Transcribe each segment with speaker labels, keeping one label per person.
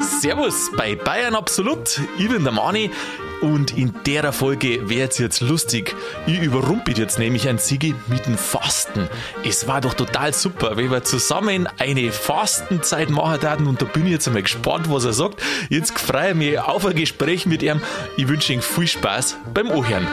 Speaker 1: Servus bei Bayern Absolut. Ich bin der Mani und in der Folge wird's jetzt lustig. Ich überrumpelt jetzt nämlich ein Sigi mit dem Fasten. Es war doch total super, wenn wir zusammen eine Fastenzeit machen hatten und da bin ich jetzt einmal gespannt, was er sagt. Jetzt freue ich mich auf ein Gespräch mit ihm. Ich wünsche ihm viel Spaß beim Ohren.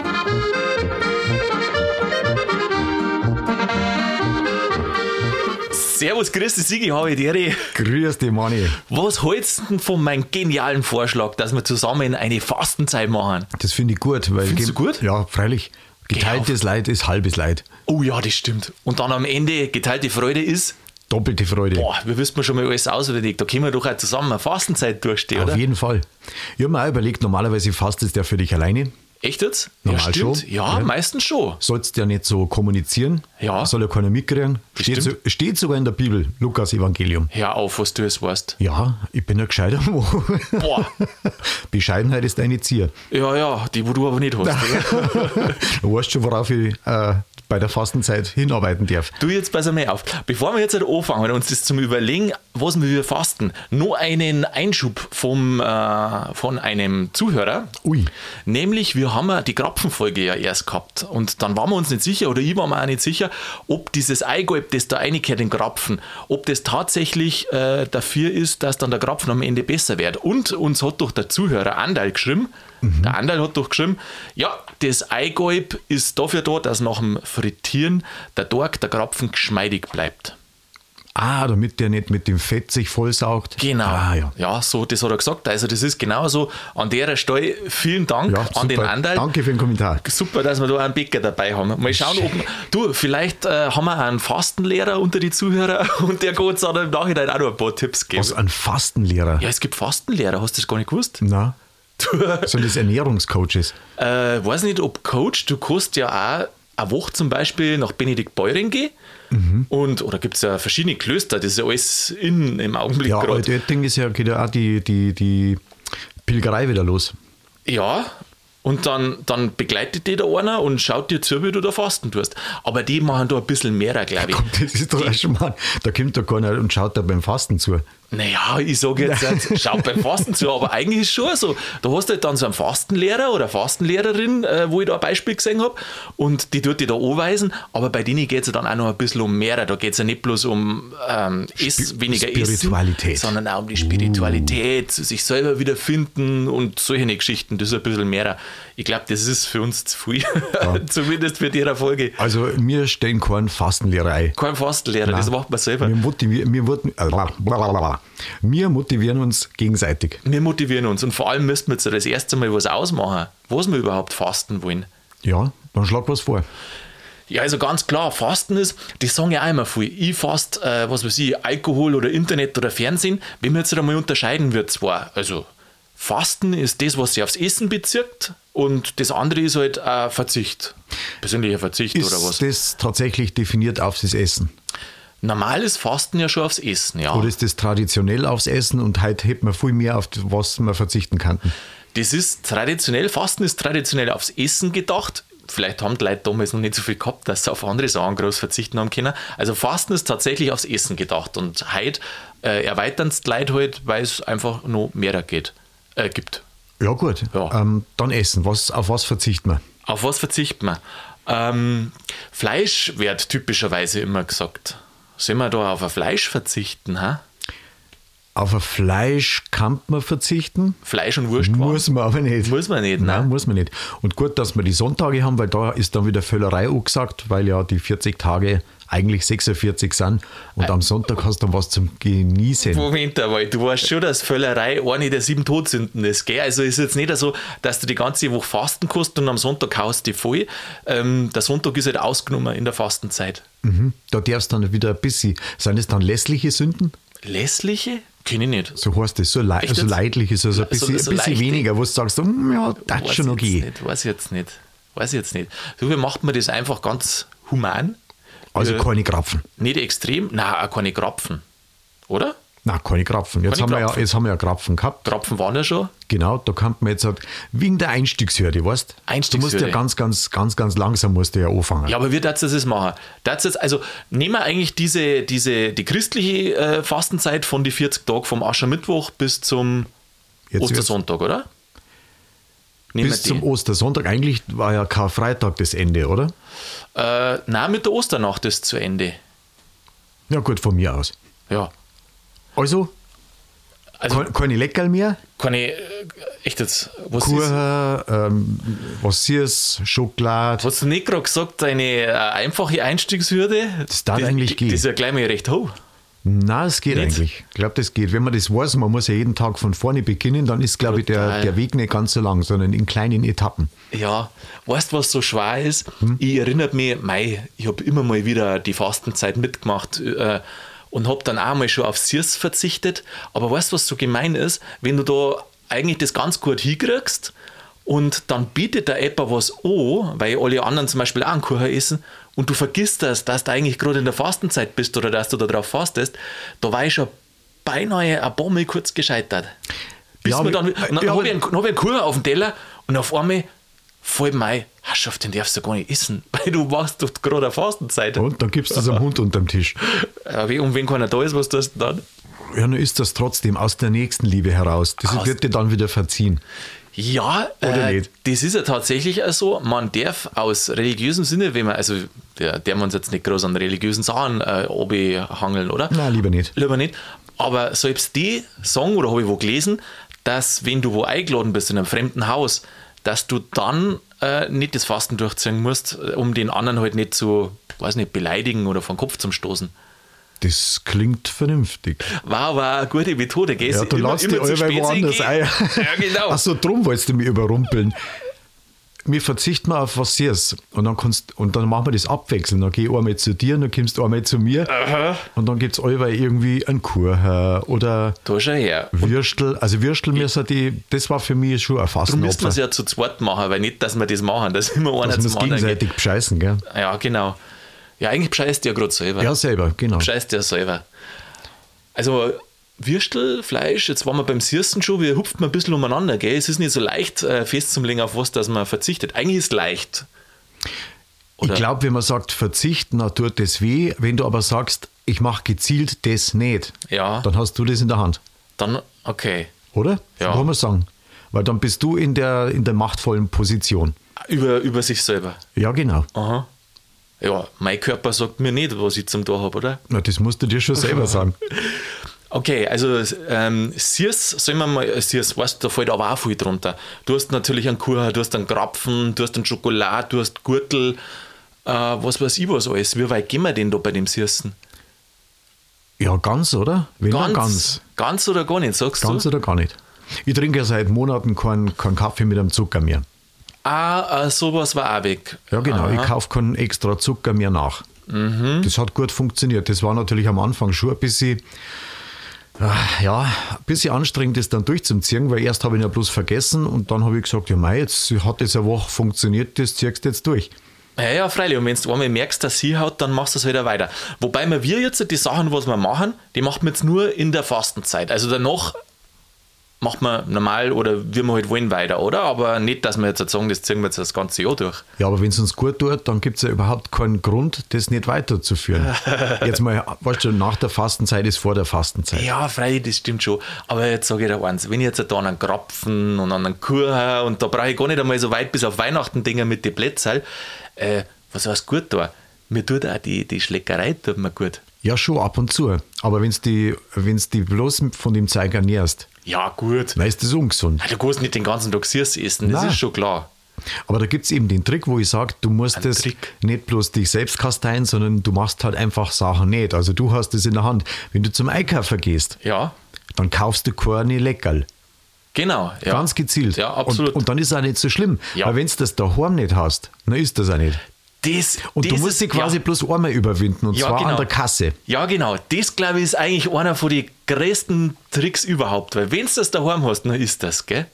Speaker 1: Servus, grüß dich, Sigi, habe ich dir.
Speaker 2: Grüß dich, Manni.
Speaker 1: Was hältst du denn von meinem genialen Vorschlag, dass wir zusammen eine Fastenzeit machen?
Speaker 2: Das finde ich gut. Weil
Speaker 1: Findest
Speaker 2: ge-
Speaker 1: du gut?
Speaker 2: Ja, freilich. Geteiltes Leid ist halbes Leid.
Speaker 1: Oh ja, das stimmt. Und dann am Ende geteilte Freude ist,
Speaker 2: Doppelte Freude.
Speaker 1: boah, wir wissen schon mal alles auswendig. Da können wir doch auch zusammen eine Fastenzeit durchstehen,
Speaker 2: Auf
Speaker 1: oder?
Speaker 2: jeden Fall. Ich habe mir auch überlegt, normalerweise fastest der für dich alleine.
Speaker 1: Echt jetzt? Ja,
Speaker 2: Normal
Speaker 1: stimmt.
Speaker 2: schon.
Speaker 1: Ja,
Speaker 2: Ja.
Speaker 1: meistens schon.
Speaker 2: Sollst ja nicht so kommunizieren.
Speaker 1: Ja.
Speaker 2: Soll ja keiner mitkriegen. Steht, so,
Speaker 1: stimmt.
Speaker 2: steht sogar in der Bibel, Lukas Evangelium.
Speaker 1: Hör auf, was du es weißt.
Speaker 2: Ja, ich bin ein gescheiter Mo.
Speaker 1: Boah.
Speaker 2: Bescheidenheit ist eine Zier.
Speaker 1: Ja, ja, die, wo du aber nicht hast. Oder?
Speaker 2: Du weißt schon, worauf ich äh, bei der Fastenzeit hinarbeiten darf.
Speaker 1: Du jetzt pass einmal auf. Bevor wir jetzt halt anfangen und uns das zum Überlegen, was wir fasten, nur einen Einschub vom, äh, von einem Zuhörer.
Speaker 2: Ui.
Speaker 1: Nämlich, wir haben ja die Krapfenfolge ja erst gehabt und dann waren wir uns nicht sicher oder ich war mir auch nicht sicher, ob dieses Eigelb, das da reingehört in Krapfen, ob das tatsächlich äh, dafür ist, dass dann der Krapfen am Ende besser wird. Und uns hat doch der Zuhörer Andal geschrieben,
Speaker 2: Mhm.
Speaker 1: der Andal hat doch geschrieben, ja, das Eigelb ist dafür da, dass nach dem Frittieren der Tag der Krapfen geschmeidig bleibt.
Speaker 2: Ah, damit der nicht mit dem Fett sich vollsaugt.
Speaker 1: Genau.
Speaker 2: Ah, ja.
Speaker 1: so, das hat er gesagt. Also, das ist genauso. An der Stelle vielen Dank
Speaker 2: Ja,
Speaker 1: an
Speaker 2: super.
Speaker 1: den Andal.
Speaker 2: Danke für den Kommentar.
Speaker 1: Super, dass wir da einen Bäcker dabei haben. Mal schauen, ob. Du, vielleicht äh, haben wir einen Fastenlehrer unter die Zuhörer und der geht uns dann im Nachhinein auch noch ein paar Tipps geben.
Speaker 2: Was ein Fastenlehrer.
Speaker 1: Ja, es gibt Fastenlehrer, hast du das gar nicht gewusst?
Speaker 2: Na,
Speaker 1: Du,
Speaker 2: sind das Ernährungscoaches?
Speaker 1: äh, weiß nicht, ob Coach, du kannst ja auch eine Woche zum Beispiel nach Benedikt Beuren gehen.
Speaker 2: Mhm.
Speaker 1: Und, oder gibt es ja verschiedene Klöster, das ist ja alles in im Augenblick
Speaker 2: Ja,
Speaker 1: gerade.
Speaker 2: Altötting ist ja geht ja auch die, die, die Pilgerei wieder los.
Speaker 1: Ja, und dann, dann begleitet dich da einer und schaut dir zu, wie du da fasten tust. Aber die machen da ein bisschen mehr, glaube ich.
Speaker 2: Das ist doch ein Schmarrn. Da kommt doch keiner und schaut da beim Fasten zu.
Speaker 1: Naja, ich sage jetzt, nicht, schaut beim Fasten zu, aber eigentlich ist schon so. Da hast du halt dann so einen Fastenlehrer oder Fastenlehrerin, äh, wo ich da ein Beispiel gesehen habe, und die tut dich da anweisen, aber bei denen geht es ja dann auch noch ein bisschen um mehr. Da geht es ja nicht bloß um ähm, Ess, weniger
Speaker 2: Spiritualität.
Speaker 1: Essen, sondern auch um die Spiritualität, sich selber wiederfinden und solche Geschichten, das ist ein bisschen mehr. Ich glaube, das ist für uns zu viel, zumindest für die Folge.
Speaker 2: Also mir stellen keinen Fastenlehrer ein.
Speaker 1: Kein Fastenlehrer, das macht man selber.
Speaker 2: Wir, motivieren, wir, wurden- äh, blablabla. wir motivieren uns gegenseitig.
Speaker 1: Wir motivieren uns und vor allem müssen wir jetzt das erste Mal was ausmachen, was wir überhaupt fasten wollen.
Speaker 2: Ja, dann schlag was vor.
Speaker 1: Ja, also ganz klar, Fasten ist, das sagen ja auch immer viel. Ich fast, äh, was weiß ich, Alkohol oder Internet oder Fernsehen, wenn man jetzt einmal unterscheiden wird, zwar. Also, Fasten ist das, was sich aufs Essen bezirkt und das andere ist halt äh, Verzicht. Persönlicher Verzicht
Speaker 2: Ist
Speaker 1: oder was.
Speaker 2: das tatsächlich definiert aufs Essen?
Speaker 1: Normal ist Fasten ja schon aufs Essen, ja.
Speaker 2: Oder ist das traditionell aufs Essen und heute hätte man viel mehr, auf was man verzichten kann?
Speaker 1: Das ist traditionell, Fasten ist traditionell aufs Essen gedacht. Vielleicht haben die Leute damals noch nicht so viel gehabt, dass sie auf andere Sachen groß verzichten haben können. Also Fasten ist tatsächlich aufs Essen gedacht und heute äh, erweitern es die Leute halt, weil es einfach noch mehr geht, äh, gibt.
Speaker 2: Ja, gut.
Speaker 1: Ja.
Speaker 2: Ähm, dann Essen. Was, auf was verzichtet man?
Speaker 1: Auf was verzichtet man? Ähm, Fleisch wird typischerweise immer gesagt. Sollen wir da auf ein Fleisch verzichten? Ha?
Speaker 2: Auf ein Fleisch kann man verzichten,
Speaker 1: Fleisch und Wurst
Speaker 2: muss man aber nicht.
Speaker 1: Muss man nicht,
Speaker 2: Nein,
Speaker 1: nein.
Speaker 2: muss man nicht. Und gut, dass wir die Sonntage haben, weil da ist dann wieder Völlerei angesagt, weil ja die 40 Tage eigentlich 46 sind und am Sonntag hast du dann was zum Genießen.
Speaker 1: Moment einmal, du weißt schon, dass Völlerei eine der sieben Todsünden ist, gell? Also ist jetzt nicht so, dass du die ganze Woche fasten kannst und am Sonntag haust die voll. Ähm, der Sonntag ist halt ausgenommen in der Fastenzeit.
Speaker 2: Mhm. Da darfst du dann wieder ein bisschen. Sind es dann lässliche Sünden?
Speaker 1: Lässliche? Kenn ich nicht.
Speaker 2: So heißt es, so, lei-
Speaker 1: Echt
Speaker 2: so
Speaker 1: jetzt?
Speaker 2: leidliches, also ein
Speaker 1: So-
Speaker 2: bisschen,
Speaker 1: so
Speaker 2: ein bisschen
Speaker 1: leichte-
Speaker 2: weniger, wo du sagst, hm, ja, das
Speaker 1: Weiß
Speaker 2: schon noch
Speaker 1: jetzt
Speaker 2: gehen.
Speaker 1: nicht, Weiß jetzt nicht. Weiß jetzt nicht. So wie macht man das einfach ganz human?
Speaker 2: Also
Speaker 1: Äh,
Speaker 2: keine Krapfen.
Speaker 1: Nicht extrem? Na, auch keine Krapfen. Oder?
Speaker 2: Na, keine Krapfen. Jetzt,
Speaker 1: Keine
Speaker 2: haben, Wir ja,
Speaker 1: Krapfen.
Speaker 2: jetzt haben wir ja Krapfen gehabt.
Speaker 1: Krapfen waren ja schon.
Speaker 2: Genau, da kann man jetzt halt, wegen der Einstiegshürde, weißt Du musst ja
Speaker 1: Einstiegshürde.
Speaker 2: ganz, ganz, ganz, ganz langsam musst du ja anfangen.
Speaker 1: Ja, aber wir dazu das machen. Das jetzt, also nehmen wir eigentlich diese, diese, die christliche äh, Fastenzeit von die 40 Tagen vom Aschermittwoch bis zum
Speaker 2: Jetzt
Speaker 1: Ostersonntag, oder? Nehmen
Speaker 2: Bis
Speaker 1: wir
Speaker 2: zum
Speaker 1: die.
Speaker 2: Ostersonntag. Eigentlich war ja Karfreitag das Ende, oder?
Speaker 1: Äh, nein, mit der Osternacht ist zu Ende.
Speaker 2: Ja, gut, von mir aus.
Speaker 1: Ja.
Speaker 2: Also,
Speaker 1: Also-
Speaker 2: kein- keine Leckerl mehr.
Speaker 1: Keine, äh, echt jetzt, was ist.
Speaker 2: Kuchen, ähm, was Süßes, Schokolade.
Speaker 1: Hast du nicht gerade gesagt, deine äh, einfache Einstiegshürde?
Speaker 2: Das darf eigentlich
Speaker 1: Das
Speaker 2: gehen.
Speaker 1: ist ja gleich mal recht hoch.
Speaker 2: Na, es geht
Speaker 1: Nicht?
Speaker 2: eigentlich. Ich glaube, das geht. Wenn man das weiß, man muss ja jeden Tag von vorne beginnen, dann ist, glaube ich, der,
Speaker 1: Brutal.
Speaker 2: der Weg nicht ganz so lang, sondern in kleinen Etappen.
Speaker 1: Ja, weißt du, was so schwer ist? Ich erinnere mich, mei, ich habe immer mal wieder die Fastenzeit mitgemacht äh, und habe dann auch mal schon auf Süß verzichtet. Aber weißt du, was so gemein ist? Wenn du da eigentlich das ganz gut hinkriegst und dann bietet der Epper was an, weil alle anderen zum Beispiel auch einen Kuchen essen und du vergisst das, dass du eigentlich gerade in der Fastenzeit bist oder dass du da drauf fastest, da war ich schon beinahe ein paar Mal kurz gescheitert. Bis
Speaker 2: Ja,
Speaker 1: mir
Speaker 2: aber-
Speaker 1: dann, dann
Speaker 2: ja,
Speaker 1: habe
Speaker 2: aber-
Speaker 1: ich einen dann habe ich einen Kuchen auf dem Teller und auf einmal fällt mir ein, Herrschaft, den darfst du gar nicht essen, weil du warst doch gerade eine Fastenzeit. Äh,
Speaker 2: Und dann gibst du es am Hund unterm Tisch.
Speaker 1: Ja, wie- Und wenn um keiner da ist, was tust du dann?
Speaker 2: Ja, dann ist das trotzdem aus der nächsten Liebe heraus. Das
Speaker 1: Aus-
Speaker 2: wird dir dann wieder verziehen.
Speaker 1: Ja,
Speaker 2: Oder
Speaker 1: äh,
Speaker 2: nicht?
Speaker 1: das ist ja tatsächlich auch so. Man darf aus religiösem Sinne, wenn man, also der, der man uns jetzt nicht groß an religiösen Sachen äh, hangeln, oder?
Speaker 2: Nein, lieber nicht.
Speaker 1: Lieber nicht. Aber selbst die sagen, oder habe ich wo gelesen, dass wenn du wo eingeladen bist in einem fremden Haus, dass du dann äh, nicht das Fasten durchziehen musst, äh, um den anderen halt nicht zu, weiß nicht, beleidigen oder vom Kopf zum Stoßen.
Speaker 2: Das klingt vernünftig.
Speaker 1: War aber eine gute Methode, gell?
Speaker 2: Ja, du
Speaker 1: Also Immer-
Speaker 2: lässt
Speaker 1: immer
Speaker 2: die
Speaker 1: zu
Speaker 2: alle
Speaker 1: spät
Speaker 2: woanders
Speaker 1: hingehen.
Speaker 2: ein.
Speaker 1: Ja, genau.
Speaker 2: Achso, drum wolltest du mich überrumpeln. Mir verzichten wir auf was Süßes. Und dann, kannst, und dann machen wir das abwechselnd. Dann geh ich einmal zu dir, dann kommst du einmal zu mir. Und dann gibt es allweil irgendwie einen Kuchen oder
Speaker 1: Da schon her.
Speaker 2: Würstel. Also Würstel, müssen die, das war für mich schon ein
Speaker 1: Darum müsste man es
Speaker 2: Fastenopfer.
Speaker 1: ja zu zweit machen, weil nicht, dass wir das machen, dass immer einer
Speaker 2: Dass wir
Speaker 1: zum
Speaker 2: uns
Speaker 1: anderen geht.
Speaker 2: gegenseitig bescheißen, gell?
Speaker 1: Ja, genau. Ja, eigentlich bescheißt ihr gerade selber.
Speaker 2: Ja, selber, genau.
Speaker 1: Scheißt ja selber. Also Würstel, Fleisch, jetzt waren wir beim Sirsten schon, wir hupft man ein bisschen umeinander, gell? Es ist nicht so leicht äh, festzulegen, auf was dass man verzichtet. Eigentlich ist es leicht.
Speaker 2: Ich
Speaker 1: Oder-
Speaker 2: glaube, wenn man sagt, verzichten, dann tut das weh. Wenn du aber sagst, ich mache gezielt das nicht,
Speaker 1: Ja.
Speaker 2: dann hast du das in der Hand.
Speaker 1: Dann, okay.
Speaker 2: Oder?
Speaker 1: Ja.
Speaker 2: Kann man sagen. Weil dann bist du in der, in der machtvollen Position.
Speaker 1: Über, über sich selber.
Speaker 2: Ja, genau.
Speaker 1: Aha. Ja, mein Körper sagt mir nicht, was ich zum Tor habe, oder?
Speaker 2: Na, das musst du dir schon selber sagen.
Speaker 1: Okay, also ähm, Sirs, sagen wir mal, äh, Sirs, weißt du, da fällt aber auch viel drunter. Du hast natürlich einen Kuchen, du hast einen Krapfen, du hast einen Schokolade, du hast Gürtel, äh, was weiß ich was alles. Wie weit gehen wir denn da bei dem Sirsen?
Speaker 2: Ja, ganz, oder? Wenn dann ganz.
Speaker 1: Ganz oder gar nicht, sagst
Speaker 2: Ganz
Speaker 1: du?
Speaker 2: oder gar nicht. Ich trinke ja seit Monaten keinen keinen Kaffee mit einem Zucker mehr.
Speaker 1: Ah, äh, sowas war auch weg.
Speaker 2: Ja, genau.
Speaker 1: Aha.
Speaker 2: Ich kaufe keinen extra Zucker mehr nach. Das hat gut funktioniert. Das war natürlich am Anfang schon ein bisschen, ah, ja, ein bisschen anstrengend, das dann durchzuziehen, weil erst habe ich ihn ja bloß vergessen und dann habe ich gesagt, ja, mei, jetzt hat das eine Woche funktioniert, das ziehst du jetzt durch.
Speaker 1: Ja, ja, freilich. Und wenn du einmal merkst, dass sie haut, dann machst du es wieder weiter. Wobei wir, wir jetzt die Sachen, was wir machen, die macht man jetzt nur in der Fastenzeit. Also danach macht man normal oder wie wir halt wollen weiter, oder? Aber nicht, dass wir jetzt halt sagen, das ziehen wir jetzt das ganze Jahr durch.
Speaker 2: Ja, aber wenn es uns gut tut, dann gibt es ja überhaupt keinen Grund, das nicht weiterzuführen. Jetzt mal, weißt du, nach der Fastenzeit ist vor der Fastenzeit.
Speaker 1: Ja, freilich, das stimmt schon. Aber jetzt sage ich dir eins, wenn ich jetzt halt da an einen Krapfen und an einen Kuchen und da brauche ich gar nicht einmal so weit bis auf Weihnachten Dinger mit den Plätzchen, äh, was heißt gut da? Mir tut auch die, die Schleckerei tut mir gut.
Speaker 2: Ja, schon ab und zu. Aber wenn die, wenn's die bloß von dem Zeug ernährst,
Speaker 1: Ja, gut.
Speaker 2: dann ist das ungesund.
Speaker 1: Du kannst nicht den ganzen Tag Süß essen, das
Speaker 2: Nein.
Speaker 1: ist schon klar.
Speaker 2: Aber da gibt es eben den Trick, wo ich sage, du musst
Speaker 1: Ein
Speaker 2: das
Speaker 1: Trick.
Speaker 2: nicht bloß dich selbst kasteien, sondern du machst halt einfach Sachen nicht. Also du hast es in der Hand. Wenn du zum Einkaufen gehst,
Speaker 1: Ja,
Speaker 2: dann kaufst du keine Leckerl.
Speaker 1: genau. Ja.
Speaker 2: Ganz gezielt.
Speaker 1: Ja, absolut.
Speaker 2: Und, und dann ist es auch nicht so schlimm.
Speaker 1: Ja.
Speaker 2: Weil wenn du das daheim nicht hast, dann ist das auch nicht.
Speaker 1: das,
Speaker 2: Und
Speaker 1: das
Speaker 2: du musst
Speaker 1: ist-
Speaker 2: sie quasi
Speaker 1: ja,
Speaker 2: bloß einmal überwinden und
Speaker 1: Ja,
Speaker 2: zwar an
Speaker 1: genau.
Speaker 2: der Kasse.
Speaker 1: ja, genau. Das, glaube ich, ist eigentlich einer von den größten Tricks überhaupt. Weil wenn du das daheim hast, dann ist das, gell?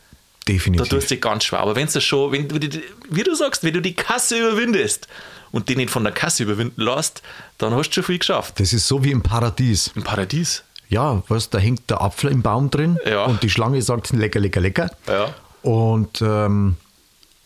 Speaker 1: Da
Speaker 2: Definitiv.
Speaker 1: tust du dich ganz schwer. Aber wenn du schon, wenn du, die- wie du sagst, wenn du die Kasse überwindest und die nicht von der Kasse überwinden lässt, dann hast du schon viel geschafft.
Speaker 2: das ist so wie im Paradies.
Speaker 1: Im Paradies.
Speaker 2: ja, was, da hängt der Apfel im Baum drin
Speaker 1: Ja.
Speaker 2: und die Schlange sagt lecker, lecker, lecker.
Speaker 1: Ja.
Speaker 2: Und, ähm,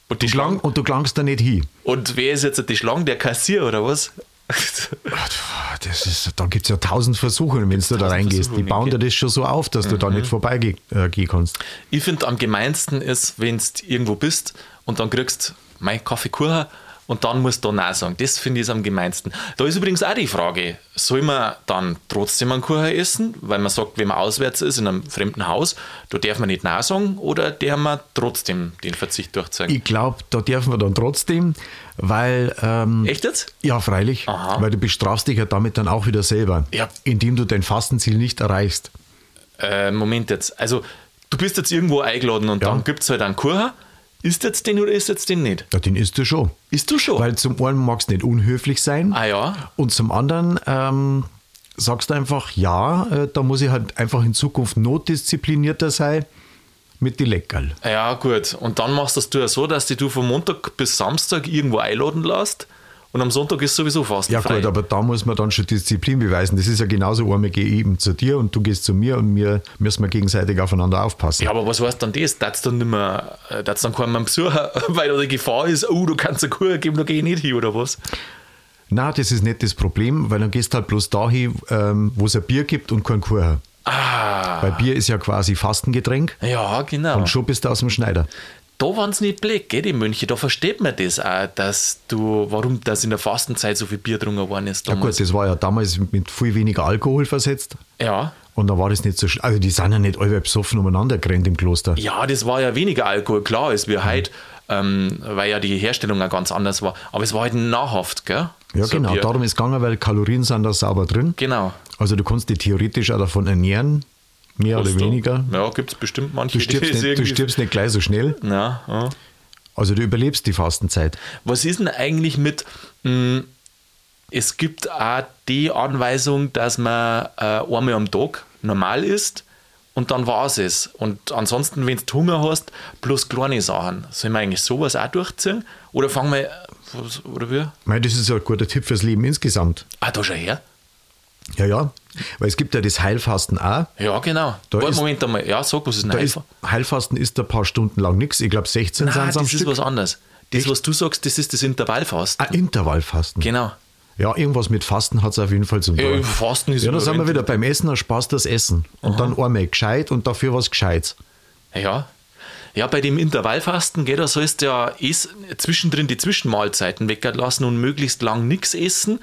Speaker 1: Und, die
Speaker 2: du klang,
Speaker 1: Schlange,
Speaker 2: und du klangst da nicht hin.
Speaker 1: und wer ist jetzt die Schlange? Der Kassier oder was?
Speaker 2: Ah, Das ist, da gibt es ja tausend Versuche, wenn du da
Speaker 1: tausend
Speaker 2: reingehst.
Speaker 1: Versuche, Mhm.
Speaker 2: Die bauen dir das schon so auf, dass du da nicht vorbeigehen äh, gehen kannst.
Speaker 1: Ich finde, am gemeinsten ist, wenn du irgendwo bist und dann kriegst mein Kaffeekuchen und dann musst du da Nein sagen. Das finde ich am gemeinsten. Da ist übrigens auch die Frage, soll man dann trotzdem einen Kuchen essen, weil man sagt, wenn man auswärts ist in einem fremden Haus, da darf man nicht Nein sagen oder darf man trotzdem den Verzicht durchzeigen?
Speaker 2: Ich glaube, da dürfen wir dann trotzdem, weil. Ähm,
Speaker 1: Echt jetzt?
Speaker 2: Ja, freilich.
Speaker 1: Aha.
Speaker 2: Weil du bestrafst dich ja damit dann auch wieder selber,
Speaker 1: Ja.
Speaker 2: indem du dein Fastenziel nicht erreichst.
Speaker 1: Äh, Moment jetzt. Also, du bist jetzt irgendwo eingeladen und
Speaker 2: Ja.
Speaker 1: dann gibt es halt einen Kuchen. Isst jetzt den oder isst jetzt den nicht?
Speaker 2: Ja, den isst du schon.
Speaker 1: Isst du schon?
Speaker 2: Weil zum einen magst du nicht unhöflich sein.
Speaker 1: ah ja.
Speaker 2: Und zum anderen ähm, sagst du einfach, ja, äh, da muss ich halt einfach in Zukunft notdisziplinierter sein mit die Leckerl.
Speaker 1: Ja, gut. Und dann machst das du ja so, dass die du von Montag bis Samstag irgendwo einladen lässt und am Sonntag ist sowieso fast
Speaker 2: Ja gut, aber da muss man dann schon Disziplin beweisen. Das ist ja genauso, einmal gehe ich eben zu dir und du gehst zu mir und wir müssen wir gegenseitig aufeinander aufpassen.
Speaker 1: ja, aber was heißt dann das? Dass dann nicht mehr, dass dann keinen mehr besuchen, weil da die Gefahr ist, oh, du kannst eine Kur geben, da gehe ich nicht hin oder was?
Speaker 2: Na, das ist nicht das Problem, weil dann gehst halt bloß dahin, ähm, wo es ein Bier gibt und kein Kuchen.
Speaker 1: Ah,
Speaker 2: Weil Bier ist ja quasi Fastengetränk
Speaker 1: ja, genau.
Speaker 2: und schon bist du aus dem Schneider.
Speaker 1: Da waren sie nicht blick, gell, die Mönche. Da versteht man das auch, dass du, warum das in der Fastenzeit so viel Bier getrunken worden ist
Speaker 2: Ja gut,
Speaker 1: damals.
Speaker 2: das war ja damals mit viel weniger Alkohol versetzt
Speaker 1: Ja,
Speaker 2: und da war das nicht so schlimm. Also die sind ja nicht alle besoffen umeinander gerannt im Kloster.
Speaker 1: Ja, das war ja weniger Alkohol, klar, als
Speaker 2: Mhm.
Speaker 1: wir heute, ähm, weil ja die Herstellung ja ganz anders war. Aber es war halt nahrhaft, gell?
Speaker 2: Ja
Speaker 1: So
Speaker 2: genau,
Speaker 1: Bier.
Speaker 2: darum ist es gegangen, weil Kalorien sind da sauber drin.
Speaker 1: Genau.
Speaker 2: Also du kannst dich theoretisch auch davon ernähren, mehr
Speaker 1: Hast
Speaker 2: oder
Speaker 1: du-
Speaker 2: weniger.
Speaker 1: Ja, gibt es bestimmt manche,
Speaker 2: Du stirbst,
Speaker 1: das
Speaker 2: nicht, du
Speaker 1: irgendwie-
Speaker 2: stirbst nicht gleich so schnell.
Speaker 1: Ja, ja.
Speaker 2: Also du überlebst die Fastenzeit.
Speaker 1: Was ist denn eigentlich mit, mh, es gibt auch die Anweisung, dass man äh, einmal am Tag normal isst und dann war es es. Und ansonsten, wenn du Hunger hast, plus kleine Sachen. Sollen wir eigentlich sowas auch durchziehen? Oder fangen wir, was- oder wie?
Speaker 2: Mei, das ist ja ein guter Tipp fürs Leben insgesamt.
Speaker 1: Ah, da schau her.
Speaker 2: Ja, ja. Weil es gibt ja das Heilfasten auch.
Speaker 1: Ja, genau.
Speaker 2: Da
Speaker 1: Warte,
Speaker 2: ist-
Speaker 1: Moment einmal. Ja, sag, was ist ein
Speaker 2: Da ist,
Speaker 1: Heilfasten?
Speaker 2: Heilfasten ist ein paar Stunden lang nichts. Ich glaube 16 sind
Speaker 1: Nein,
Speaker 2: es am
Speaker 1: das ist
Speaker 2: Stück.
Speaker 1: was anderes. Das,
Speaker 2: Echt?
Speaker 1: was du sagst, das ist das Intervallfasten.
Speaker 2: Ah, Intervallfasten.
Speaker 1: Genau.
Speaker 2: Ja, irgendwas mit Fasten hat es auf jeden Fall zu
Speaker 1: Ja,
Speaker 2: tun.
Speaker 1: Fasten ist
Speaker 2: Ja, da sind wir
Speaker 1: überwind-
Speaker 2: wieder beim Essen, dann Spaß das Essen. Und dann einmal gescheit und dafür was Gescheites.
Speaker 1: Ja. Ja, bei dem Intervallfasten, gell, da sollst du ja es, zwischendrin die Zwischenmahlzeiten weglassen und möglichst lang nichts essen,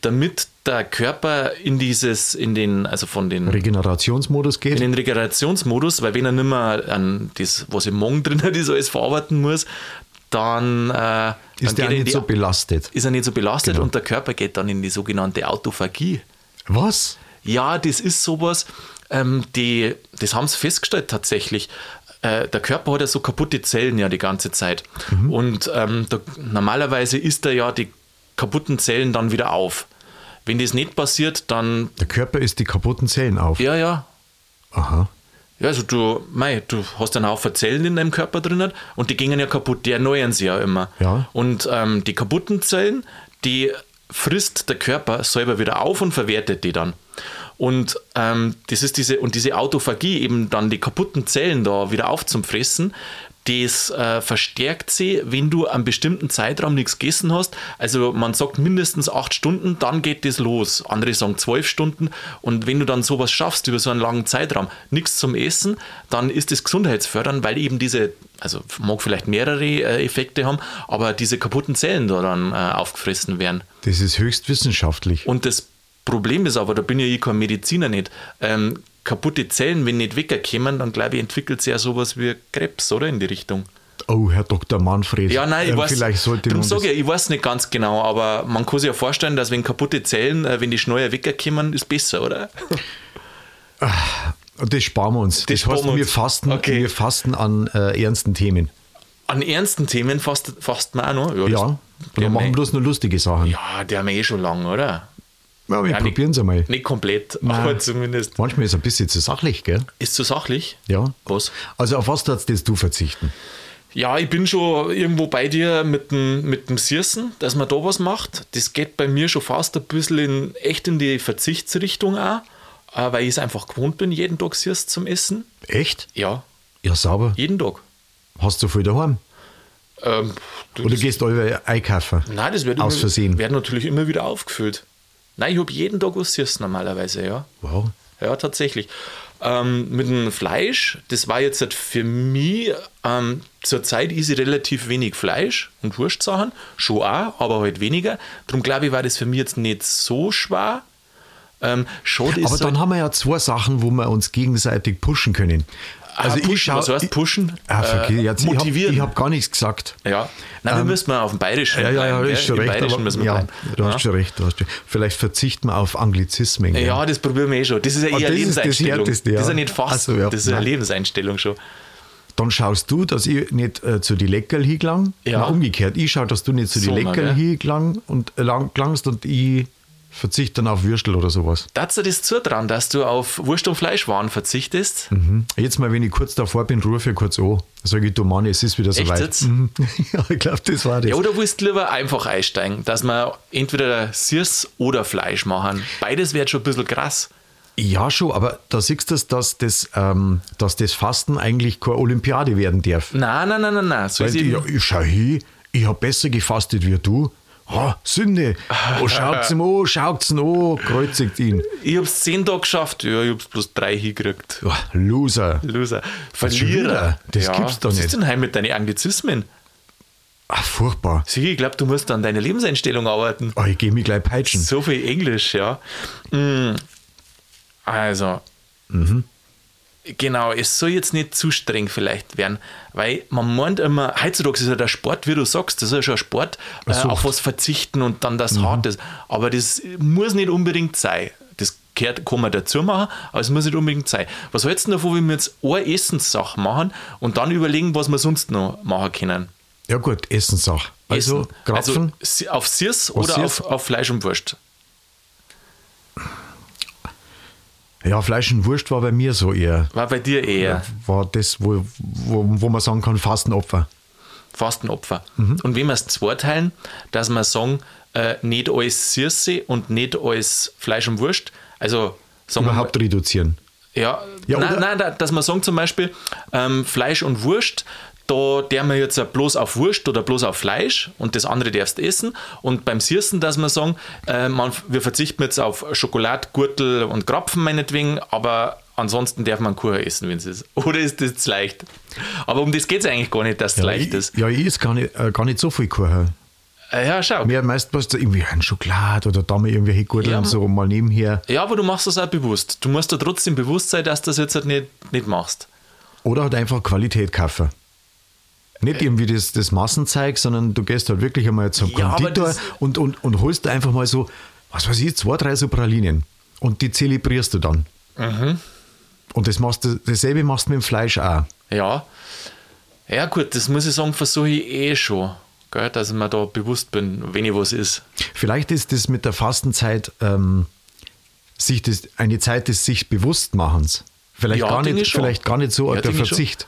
Speaker 1: damit der Körper in dieses, in den, also von den
Speaker 2: Regenerationsmodus geht.
Speaker 1: in den Regenerationsmodus, weil wenn er nicht mehr an das, was im Morgen drin hat, das alles verarbeiten muss, dann, äh, dann
Speaker 2: ist der
Speaker 1: er in
Speaker 2: nicht
Speaker 1: die-
Speaker 2: so belastet.
Speaker 1: ist er nicht so belastet
Speaker 2: Genau.
Speaker 1: und der Körper geht dann in die sogenannte Autophagie.
Speaker 2: Was?
Speaker 1: Ja, das ist sowas, ähm, die, das haben sie festgestellt tatsächlich. Äh, der Körper hat ja so kaputte Zellen ja die ganze Zeit. Und ähm, da, normalerweise isst er ja die kaputten Zellen dann wieder auf. Wenn das nicht passiert, dann,
Speaker 2: Der Körper isst die kaputten Zellen auf.
Speaker 1: ja, ja,
Speaker 2: Aha.
Speaker 1: ja, also du, mei, du hast einen Haufen Zellen in deinem Körper drin und die gingen ja kaputt, die erneuern sie ja immer.
Speaker 2: Ja.
Speaker 1: Und ähm, die kaputten Zellen, die frisst der Körper selber wieder auf und verwertet die dann. Und ähm, das ist diese, und diese Autophagie, eben dann die kaputten Zellen da wieder aufzufressen, das äh, verstärkt sie, wenn du einen bestimmten Zeitraum nichts gegessen hast. Also man sagt mindestens acht Stunden, dann geht das los. Andere sagen zwölf Stunden. Und wenn du dann sowas schaffst über so einen langen Zeitraum, nichts zum Essen, dann ist das gesundheitsfördernd, weil eben diese, also mag vielleicht mehrere äh, Effekte haben, aber diese kaputten Zellen da dann äh, aufgefressen werden.
Speaker 2: Das ist höchst wissenschaftlich.
Speaker 1: Und das Problem ist aber, da bin ja ich kein Mediziner nicht, ähm, kaputte Zellen, wenn nicht weggekommen, dann glaube ich, entwickelt sich ja sowas wie Krebs, oder? In die Richtung.
Speaker 2: Oh, Herr Dr. Manfred.
Speaker 1: Ja, nein, ich
Speaker 2: ähm,
Speaker 1: weiß,
Speaker 2: Vielleicht sollte
Speaker 1: darum
Speaker 2: man das-
Speaker 1: sage ich, ich weiß nicht ganz genau, aber man kann sich ja vorstellen, dass wenn kaputte Zellen, äh, wenn die schneller wegkommen, ist besser, oder?
Speaker 2: Und Ah, das sparen wir uns. Das,
Speaker 1: sparen
Speaker 2: heißt,
Speaker 1: wir
Speaker 2: wir
Speaker 1: uns.
Speaker 2: fasten,
Speaker 1: Okay.
Speaker 2: wir fasten an äh, ernsten Themen.
Speaker 1: An ernsten Themen fast, fast man auch noch.
Speaker 2: Ja.
Speaker 1: das-
Speaker 2: Wir
Speaker 1: der
Speaker 2: machen
Speaker 1: mei-
Speaker 2: bloß nur lustige Sachen. Ja,
Speaker 1: ja, die haben wir eh schon lange, oder?
Speaker 2: wir
Speaker 1: nicht-
Speaker 2: probieren es einmal.
Speaker 1: Nicht komplett, aber zumindest.
Speaker 2: Manchmal ist es ein bisschen zu sachlich, gell?
Speaker 1: Ist zu sachlich?
Speaker 2: Ja.
Speaker 1: Was?
Speaker 2: Also auf was darfst jetzt du verzichten?
Speaker 1: Ja, ich bin schon irgendwo bei dir mit dem, mit dem Sirsen, dass man da was macht. Das geht bei mir schon fast ein bisschen in, echt in die Verzichtsrichtung auch. äh, weil ich es einfach gewohnt bin, jeden Tag Sirs zum Essen.
Speaker 2: Echt?
Speaker 1: Ja,
Speaker 2: Ja, sauber.
Speaker 1: jeden Tag.
Speaker 2: Hast du viel daheim?
Speaker 1: Ähm, du,
Speaker 2: Oder
Speaker 1: das,
Speaker 2: gehst du alle einkaufen?
Speaker 1: nein, das wird,
Speaker 2: Aus
Speaker 1: immer,
Speaker 2: Versehen.
Speaker 1: wird natürlich immer wieder aufgefüllt. Nein, ich habe jeden Tag was Sirs normalerweise, ja.
Speaker 2: Wow.
Speaker 1: Ja, tatsächlich. Ähm, mit dem Fleisch, das war jetzt halt für mich, ähm, zurzeit ist relativ wenig Fleisch und Wurstsachen, schon auch, aber halt weniger. Darum glaube ich, war das für mich jetzt nicht so schwer. Ähm, schon ist
Speaker 2: Aber
Speaker 1: halt-
Speaker 2: dann haben wir ja zwei Sachen, wo wir uns gegenseitig pushen können. Also
Speaker 1: Ah, pushen,
Speaker 2: ich schaue.
Speaker 1: was heißt pushen?
Speaker 2: Ah, verkehr,
Speaker 1: Äh,
Speaker 2: jetzt,
Speaker 1: motivieren.
Speaker 2: Ich habe hab gar nichts gesagt.
Speaker 1: ja, nein, wir müssen mal auf dem Bayerischen
Speaker 2: Ja, ja, ja,
Speaker 1: bleiben,
Speaker 2: ist
Speaker 1: gell?
Speaker 2: schon
Speaker 1: Im
Speaker 2: recht.
Speaker 1: Bayerischen
Speaker 2: aber-
Speaker 1: müssen wir
Speaker 2: ja,
Speaker 1: bleiben.
Speaker 2: du
Speaker 1: Ja.
Speaker 2: hast schon recht, du hast schon. Vielleicht verzichten wir auf Anglizismen. gell?
Speaker 1: Ja, das probieren wir eh schon. Das ist ja eher
Speaker 2: Ah, das ist das
Speaker 1: Lebenseinstellung.
Speaker 2: Härteste, ja.
Speaker 1: Das ist ja nicht fast,
Speaker 2: Ach so, ja.
Speaker 1: das ist ja
Speaker 2: Nein.
Speaker 1: Lebenseinstellung schon.
Speaker 2: Dann schaust du, dass ich nicht äh, zu die Leckerl hingelang.
Speaker 1: Ja.
Speaker 2: Nein, umgekehrt. Ich schaue, dass du nicht zu die
Speaker 1: So, mal,
Speaker 2: Leckerl
Speaker 1: gell?
Speaker 2: hingelang und äh, lang, langst und ich verzichte dann auf Würstel oder sowas.
Speaker 1: Darfst du das zutrauen, dass du auf Wurst- und Fleischwaren verzichtest?
Speaker 2: Mhm. Jetzt mal, wenn ich kurz davor bin, rufe ich kurz an. Sage ich, du Mann, es ist wieder
Speaker 1: Echt
Speaker 2: soweit.
Speaker 1: jetzt?
Speaker 2: Mhm. ja, ich glaube, das war das.
Speaker 1: Ja, oder willst du lieber einfach einsteigen, dass wir entweder Sirs oder Fleisch machen? Beides wäre schon ein bisschen krass.
Speaker 2: Ja, schon, aber da siehst du, dass das, ähm, dass das Fasten eigentlich keine Olympiade werden darf.
Speaker 1: Nein, nein, nein, nein, nein. So
Speaker 2: Weil
Speaker 1: ist
Speaker 2: die,
Speaker 1: eben-
Speaker 2: ja, ich schau hin, ich habe besser gefastet wie du. Ah, Sünde. Oh, schaut's ihm an, schaut's ihn an, kreuzigt ihn.
Speaker 1: ich habe es zehn Tage geschafft, ja, ich habe es bloß drei hingekriegt.
Speaker 2: Ah, Loser.
Speaker 1: Loser.
Speaker 2: schon
Speaker 1: Verlierer.
Speaker 2: wieder? Das gibt's doch
Speaker 1: was
Speaker 2: nicht.
Speaker 1: ist denn heim mit deinen Anglizismen?
Speaker 2: Ah, furchtbar.
Speaker 1: Sigi, ich glaube, du musst an deine Lebenseinstellung arbeiten.
Speaker 2: Ah, ich gehe mich gleich peitschen.
Speaker 1: So viel Englisch, ja. Mm, Also.
Speaker 2: Mhm.
Speaker 1: Genau, es soll jetzt nicht zu streng vielleicht werden, weil man meint immer, heutzutage ist ja der Sport, wie du sagst, das ist ja schon ein Sport, äh,
Speaker 2: Sucht.
Speaker 1: auf was verzichten und dann
Speaker 2: Mhm.
Speaker 1: das Hartes. Aber das muss nicht unbedingt sein. Das gehört, kann man dazu machen, aber es muss nicht unbedingt sein. Was hältst du denn davon, wenn wir jetzt eine Essenssache machen und dann überlegen, was wir sonst noch machen können?
Speaker 2: Ja gut, Essenssache. Also
Speaker 1: Essen.
Speaker 2: Krapfen.
Speaker 1: Also si- auf Sirs oder
Speaker 2: Sirs?
Speaker 1: Auf, auf Fleisch und Wurst?
Speaker 2: ja, Fleisch und Wurst war bei mir so eher.
Speaker 1: War bei dir eher
Speaker 2: War das, wo, wo, wo man sagen kann, Fastenopfer.
Speaker 1: Fastenopfer. Und wenn wir es zweiteilen, dass wir sagen, äh, nicht alles Sirse und nicht alles Fleisch und Wurst. Also sagen wir mal-
Speaker 2: Überhaupt reduzieren.
Speaker 1: ja,
Speaker 2: Ja,
Speaker 1: nein,
Speaker 2: oder-
Speaker 1: nein, da- dass wir sagen zum Beispiel, ähm, Fleisch und Wurst, da der man jetzt bloß auf Wurst oder bloß auf Fleisch und das andere darfst essen. Und beim Sirsen, dass wir sagen, äh, man, wir verzichten jetzt auf Schokolade, Gürtel und Krapfen meinetwegen, aber ansonsten darf man Kuchen essen, wenn es ist. Oder ist das zu leicht? Aber um das geht es eigentlich gar nicht, dass es leicht ist.
Speaker 2: Ich, ja, ich ist gar nicht, äh, gar nicht so viel Kuchen.
Speaker 1: Äh, Ja, schau.
Speaker 2: Mir meist was da irgendwie ein Schokolade oder da mal irgendwelche
Speaker 1: Ja.
Speaker 2: Gurteln so mal nebenher.
Speaker 1: Ja, aber du machst das auch bewusst. Du musst dir trotzdem bewusst sein, dass du das jetzt halt nicht, nicht machst.
Speaker 2: Oder halt einfach Qualität kaufen. Nicht
Speaker 1: Äh.
Speaker 2: irgendwie das, das Massenzeug, sondern du gehst halt wirklich einmal zum
Speaker 1: Ja, aber
Speaker 2: Konditor
Speaker 1: das-
Speaker 2: und, und, und holst einfach mal so, was weiß ich, zwei, drei so Pralinen. Und die zelebrierst du dann.
Speaker 1: Mhm.
Speaker 2: Und das machst du, dasselbe machst du mit dem Fleisch auch.
Speaker 1: Ja. Ja, gut, das muss ich sagen, versuche ich eh schon. Gell, dass ich mir da bewusst bin, wenn ich was ist.
Speaker 2: Vielleicht ist das mit der Fastenzeit ähm, sich das, eine Zeit des sich Bewusstmachens. Vielleicht,
Speaker 1: Ja,
Speaker 2: gar,
Speaker 1: denke
Speaker 2: nicht,
Speaker 1: ich schon.
Speaker 2: vielleicht gar nicht so
Speaker 1: Ja,
Speaker 2: der
Speaker 1: denke ich schon.
Speaker 2: Verzicht.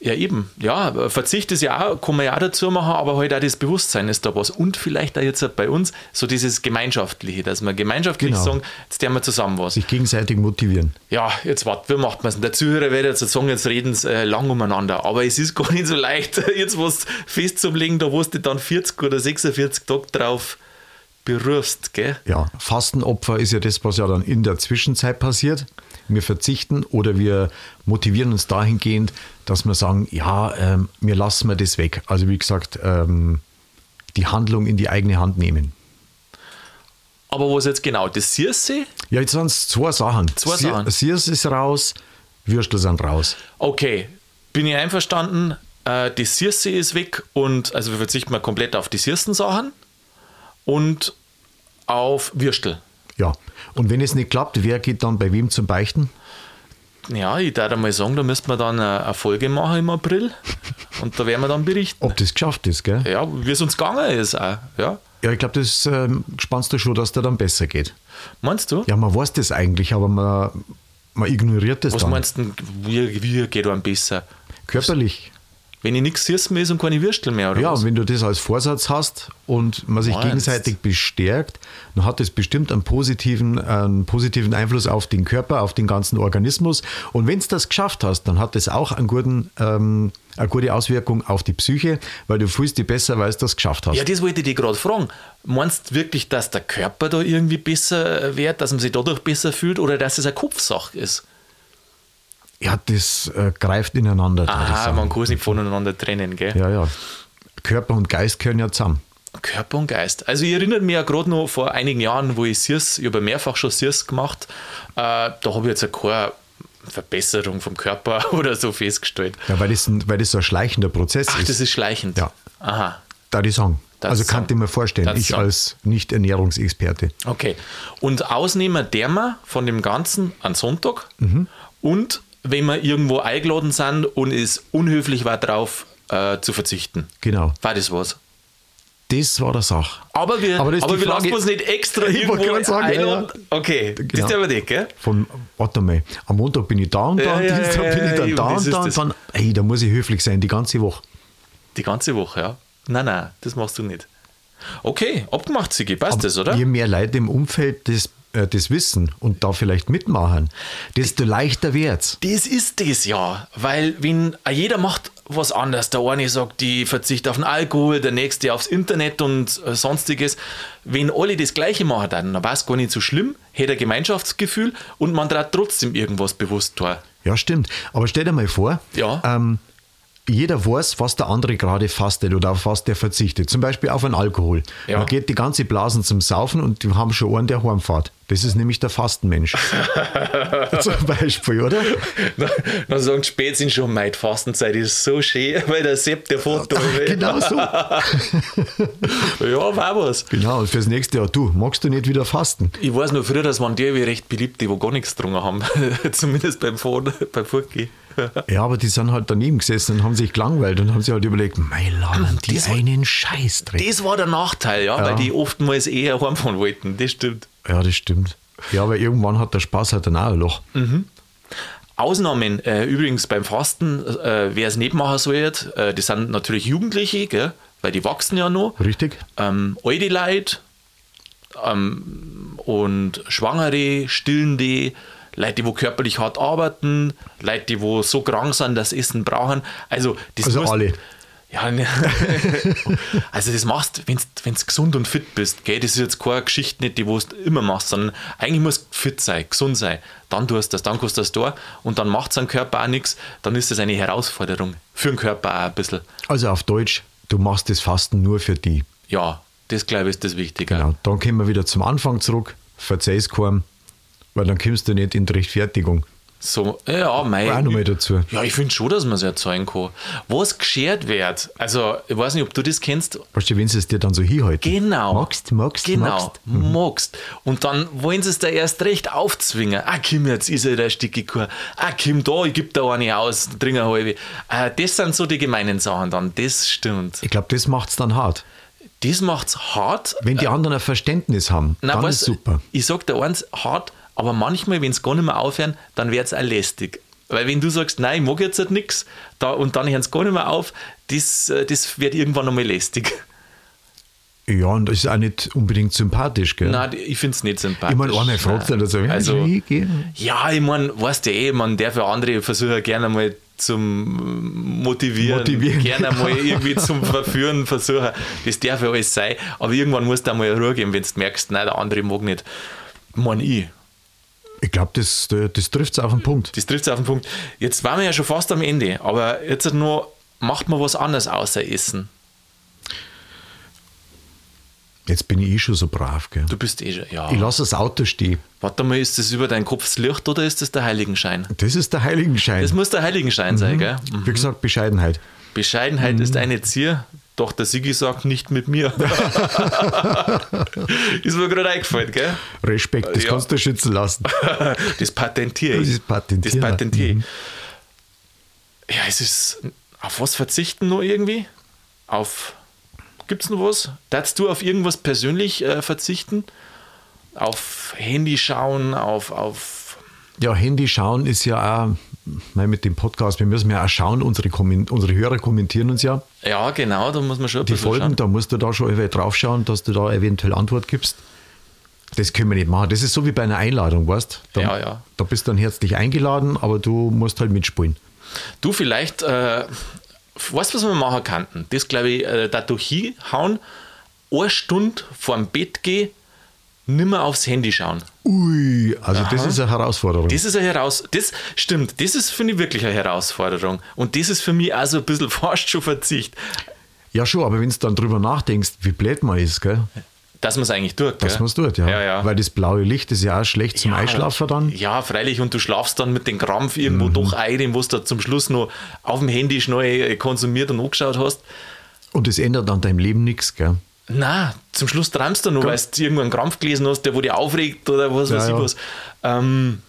Speaker 1: Ja, eben. Ja, Verzicht ist ja auch, kann man ja auch dazu machen, aber halt auch das Bewusstsein ist da was. Und vielleicht auch jetzt bei uns so dieses Gemeinschaftliche, dass wir gemeinschaftlich
Speaker 2: Genau.
Speaker 1: sagen, jetzt tun wir zusammen was.
Speaker 2: Sich gegenseitig motivieren.
Speaker 1: ja, jetzt warte, wie macht man es denn? Der Zuhörer wird jetzt sagen, jetzt reden sie äh, lang umeinander. Aber es ist gar nicht so leicht, jetzt was festzulegen, da wo du dann 40 oder 46 Tage drauf berufst, gell?
Speaker 2: Ja, Fastenopfer ist ja das, was ja dann in der Zwischenzeit passiert. Wir verzichten oder wir motivieren uns dahingehend, dass wir sagen, ja, ähm, wir lassen wir das weg. Also wie gesagt, ähm, die Handlung in die eigene Hand nehmen.
Speaker 1: Aber was jetzt genau? Das Sirse?
Speaker 2: Ja, jetzt sind es zwei Sachen.
Speaker 1: Zwei
Speaker 2: Sie-
Speaker 1: Sachen.
Speaker 2: Sirs ist raus, Würstel sind raus.
Speaker 1: Okay, bin ich einverstanden. Äh, die Sirse ist weg und also wir verzichten mal komplett auf die Sirsen-Sachen und auf Würstel.
Speaker 2: Ja. Und wenn es nicht klappt, wer geht dann bei wem zum Beichten?
Speaker 1: Ja, ich darf mal sagen, da müssten wir dann äh, eine Folge machen im April und da werden wir dann berichten.
Speaker 2: Ob das geschafft ist, gell?
Speaker 1: Ja, wie es uns gegangen ist auch. Ja.
Speaker 2: Ja, ich glaube, das ähm, spannst du schon, dass der dann besser geht.
Speaker 1: Meinst du?
Speaker 2: Ja, man weiß das eigentlich, aber man, man ignoriert das
Speaker 1: Was
Speaker 2: dann.
Speaker 1: meinst du, denn, wie, wie geht einem besser?
Speaker 2: Körperlich.
Speaker 1: Wenn ich nichts süß mehr ist und keine Würstel mehr, oder
Speaker 2: Ja,
Speaker 1: was?
Speaker 2: und wenn du das als Vorsatz hast und man sich
Speaker 1: Meinst?
Speaker 2: gegenseitig bestärkt, dann hat das bestimmt einen positiven, einen positiven Einfluss auf den Körper, auf den ganzen Organismus. Und wenn du das geschafft hast, dann hat das auch einen guten, ähm, eine gute Auswirkung auf die Psyche, weil du fühlst dich besser, weil du das geschafft hast.
Speaker 1: Ja, das wollte ich dich gerade fragen. Meinst du wirklich, dass der Körper da irgendwie besser wird, dass man sich dadurch besser fühlt oder dass es eine Kopfsache ist?
Speaker 2: Ja, das äh, greift ineinander. würd ich
Speaker 1: Aha,
Speaker 2: sagen.
Speaker 1: man kann es nicht voneinander trennen, gell?
Speaker 2: Ah, Ja, ja. Körper und Geist gehören ja zusammen.
Speaker 1: Körper und Geist. Also ich erinnere mich ja gerade noch vor einigen Jahren, wo ich Sirs, ich habe ja mehrfach schon Sirs gemacht, äh, da habe ich jetzt ja keine Verbesserung vom Körper oder so festgestellt.
Speaker 2: Ja, weil das, ein- weil das so ein schleichender Prozess
Speaker 1: Ach,
Speaker 2: ist.
Speaker 1: das ist schleichend.
Speaker 2: Ja.
Speaker 1: Aha.
Speaker 2: Da die Song.
Speaker 1: Da
Speaker 2: also
Speaker 1: die
Speaker 2: kann
Speaker 1: Song.
Speaker 2: ich mir vorstellen,
Speaker 1: Da die
Speaker 2: ich
Speaker 1: Song.
Speaker 2: als Nicht-Ernährungsexperte.
Speaker 1: Okay. Und Ausnehmer der wir von dem Ganzen an Sonntag
Speaker 2: Mhm.
Speaker 1: und wenn wir irgendwo eingeladen sind und es unhöflich war drauf äh, zu verzichten.
Speaker 2: Genau.
Speaker 1: War das was?
Speaker 2: Das war der Sach.
Speaker 1: Aber wir,
Speaker 2: Aber das ist
Speaker 1: aber
Speaker 2: die
Speaker 1: wir lassen
Speaker 2: Frage-
Speaker 1: uns nicht extra
Speaker 2: Ich
Speaker 1: irgendwo
Speaker 2: wollte gerade sagen, ja,
Speaker 1: einladen.
Speaker 2: ja.
Speaker 1: Okay, das
Speaker 2: Genau.
Speaker 1: ist der Weg, gell?
Speaker 2: Von, warte mal, am Montag bin ich da und da,
Speaker 1: Ja,
Speaker 2: am
Speaker 1: ja,
Speaker 2: Dienstag
Speaker 1: ja,
Speaker 2: bin ich
Speaker 1: ja,
Speaker 2: dann
Speaker 1: eben,
Speaker 2: da
Speaker 1: das
Speaker 2: und
Speaker 1: ist
Speaker 2: da
Speaker 1: das.
Speaker 2: und dann. Ey, da muss ich höflich sein, die ganze Woche.
Speaker 1: Die ganze Woche, ja. Nein, nein, das machst du nicht. Okay, abgemacht, Sigi, passt das, oder?
Speaker 2: Je mehr Leute im Umfeld das, äh, das wissen und da vielleicht mitmachen, desto leichter wird's.
Speaker 1: Das ist das ja, weil wenn ah, jeder macht was anderes, der eine sagt, die verzichtet auf den Alkohol, der nächste aufs Internet und äh, sonstiges. Wenn alle das Gleiche machen, dann war es gar nicht so schlimm, hätte ein Gemeinschaftsgefühl und man trat trotzdem irgendwas bewusst tun.
Speaker 2: Ja, stimmt. Aber stell dir mal vor,
Speaker 1: Ja.
Speaker 2: ähm, jeder weiß, was der andere gerade fastet oder auf was der verzichtet. Zum Beispiel auf einen Alkohol.
Speaker 1: Ja.
Speaker 2: Da geht die ganze Blasen zum Saufen und die haben schon einen, der heimfährt. Das ist nämlich der Fastenmensch. zum Beispiel, oder?
Speaker 1: Dann- Dann sagen die spät sind schon, meine die Fastenzeit ist so schön, weil der Sepp der Foto.
Speaker 2: Genau so.
Speaker 1: Ja, war was.
Speaker 2: Genau, und fürs nächste Jahr, du, magst du nicht wieder fasten?
Speaker 1: Ich weiß nur früher, das waren die wie recht beliebt, die wo gar nichts getrunken haben. Zumindest beim Vor beim Vorgehen.
Speaker 2: Ja, aber die sind halt daneben gesessen und haben sich gelangweilt und haben sich halt überlegt, mein Laden, die
Speaker 1: Das war-
Speaker 2: einen Scheiß drin.
Speaker 1: Das war der Nachteil, ja, weil die oftmals eher heimfahren wollten. Das stimmt.
Speaker 2: Ja, das stimmt. Ja, aber irgendwann hat der Spaß halt dann auch ein Loch.
Speaker 1: Mhm. Ausnahmen äh, übrigens beim Fasten, äh, wer es nicht machen sollte, äh, das sind natürlich Jugendliche, gell, weil die wachsen ja noch.
Speaker 2: Richtig?
Speaker 1: Ähm, alte Leute ähm, und Schwangere, Stillende, Leute, die wo körperlich hart arbeiten, Leute, die wo so krank sind, dass sie Essen brauchen. Also, das
Speaker 2: Also
Speaker 1: muss-
Speaker 2: alle.
Speaker 1: Ja, ne. also das machst, wenn du gesund und fit bist, gell? das ist jetzt keine Geschichte, nicht die wo du immer machst, sondern eigentlich muss fit sein, gesund sein, dann tust du das, dann kannst du das da und dann macht es Körper auch nichts, dann ist das eine Herausforderung für den Körper auch ein bisschen.
Speaker 2: Also auf Deutsch, du machst das Fasten nur für die.
Speaker 1: Ja, das glaube ich ist das Wichtige.
Speaker 2: Genau. Dann kommen wir wieder zum Anfang zurück, verzeih's kaum, weil dann kommst du nicht in die Rechtfertigung.
Speaker 1: So, ja, mei.
Speaker 2: Auch noch mal dazu.
Speaker 1: Ja, ich finde schon, dass man es erzeugen kann. Was geschert wird, also ich weiß nicht, ob du das kennst,
Speaker 2: Weißt du, wenn sie es dir dann so hinhalten?
Speaker 1: Genau.
Speaker 2: Magst, magst,
Speaker 1: Genau,
Speaker 2: magst. Mhm.
Speaker 1: magst. Und dann wollen sie es da erst recht aufzwingen. Ah, Kim, jetzt ist er der Sticke Kur. Ah, Kim, da, ich geb da eine aus, trinke eine halbe. Ah, das sind so die gemeinen Sachen dann, das stimmt.
Speaker 2: Ich glaube, das macht es dann hart.
Speaker 1: Das macht's hart.
Speaker 2: Wenn die anderen ein Verständnis haben, dann
Speaker 1: weißt
Speaker 2: ist
Speaker 1: du,
Speaker 2: super.
Speaker 1: Ich sag dir eins, hart, aber manchmal, wenn es gar nicht mehr aufhören, dann wird's auch lästig. Weil wenn du sagst, nein, ich mag jetzt halt nichts da, und dann hören es gar nicht mehr auf, das, äh, das wird irgendwann einmal lästig.
Speaker 2: Mhm. Ja, und das ist auch nicht unbedingt sympathisch, gell?
Speaker 1: Nein, ich finde es nicht sympathisch.
Speaker 2: Ich meine, einmal fragst du
Speaker 1: Nein.
Speaker 2: oder so, ja,
Speaker 1: Also,
Speaker 2: ich gehe.
Speaker 1: Ja, ich meine, weißt du eh, man darf ja andere Versuche gerne mal zum Motivieren,
Speaker 2: Motivieren. genau.
Speaker 1: gerne mal irgendwie zum Verführen versuchen. Das darf ja alles sein, aber irgendwann musst du mal Ruhe geben, wenn du merkst, nein, der andere mag nicht. Mann, ich.
Speaker 2: Ich glaube, das, das trifft es auf den Punkt.
Speaker 1: Das trifft es auf den Punkt. Jetzt waren wir ja schon fast am Ende, aber jetzt nur, macht man was anderes außer Essen.
Speaker 2: Jetzt bin ich eh schon so brav, gell?
Speaker 1: Du bist eh schon, ja.
Speaker 2: Ich lasse das Auto stehen.
Speaker 1: Warte mal, ist das über deinen Kopf das Licht oder ist das der Heiligenschein?
Speaker 2: Das ist der Heiligenschein.
Speaker 1: Das muss der Heiligenschein
Speaker 2: Mhm.
Speaker 1: sein, gell?
Speaker 2: Wie gesagt, Bescheidenheit.
Speaker 1: Bescheidenheit ist
Speaker 2: Mhm.
Speaker 1: eine Zier, doch der Sigi sagt nicht mit mir. ist mir gerade eingefallen, gell?
Speaker 2: Respekt, das
Speaker 1: Äh, Ja.
Speaker 2: kannst du schützen lassen.
Speaker 1: Das patentiere ich.
Speaker 2: Das patentiere ich. Mhm.
Speaker 1: Das patentiere ich. Ja, es ist. Auf was verzichten nur irgendwie? Auf. Gibt's noch was? Darfst du auf irgendwas persönlich äh, verzichten? Auf Handy schauen, auf. auf
Speaker 2: Ja, Handy schauen ist ja auch nein, mit dem Podcast, wir müssen ja auch schauen, unsere, Komment unsere Hörer kommentieren uns ja.
Speaker 1: Ja, genau, da muss man schon ein
Speaker 2: Die
Speaker 1: bisschen
Speaker 2: Folgen,
Speaker 1: schauen.
Speaker 2: da musst du da schon eventuell drauf schauen, dass du da eventuell Antwort gibst. Das können wir nicht machen. Das ist so wie bei einer Einladung, weißt du?
Speaker 1: Ja, ja.
Speaker 2: Da bist du dann herzlich eingeladen, aber du musst halt mitspielen.
Speaker 1: Du, vielleicht, äh, weißt du, was wir machen könnten? Das, glaube ich, äh, dadurch hinhauen, eine Stunde vorm Bett gehen, nimmer aufs Handy schauen.
Speaker 2: Ui, also das ist eine Herausforderung.
Speaker 1: Das ist eine Herausforderung. Das stimmt, das ist, finde ich, wirklich eine Herausforderung. Und das ist für mich also ein bisschen fast schon Verzicht,
Speaker 2: ja, schon, aber wenn du dann drüber nachdenkst, wie blöd man ist, gell?
Speaker 1: dass man es eigentlich tut.
Speaker 2: dass
Speaker 1: gell?
Speaker 2: man es tut, ja.
Speaker 1: ja, ja.
Speaker 2: Weil das blaue Licht ist ja auch schlecht zum Einschlafen dann. Mhm.
Speaker 1: Ja, freilich, und du schlafst dann mit dem Krampf irgendwo doch ein, den was du zum Schluss noch auf dem Handy schnell äh, konsumiert und angeschaut hast.
Speaker 2: Und das ändert an deinem Leben nichts, gell?
Speaker 1: Na, zum Schluss träumst du noch, weil du irgendeinen Krampf gelesen hast, der wo dich aufregt oder was
Speaker 2: Ja,
Speaker 1: weiß
Speaker 2: ja.
Speaker 1: ich was. Ähm,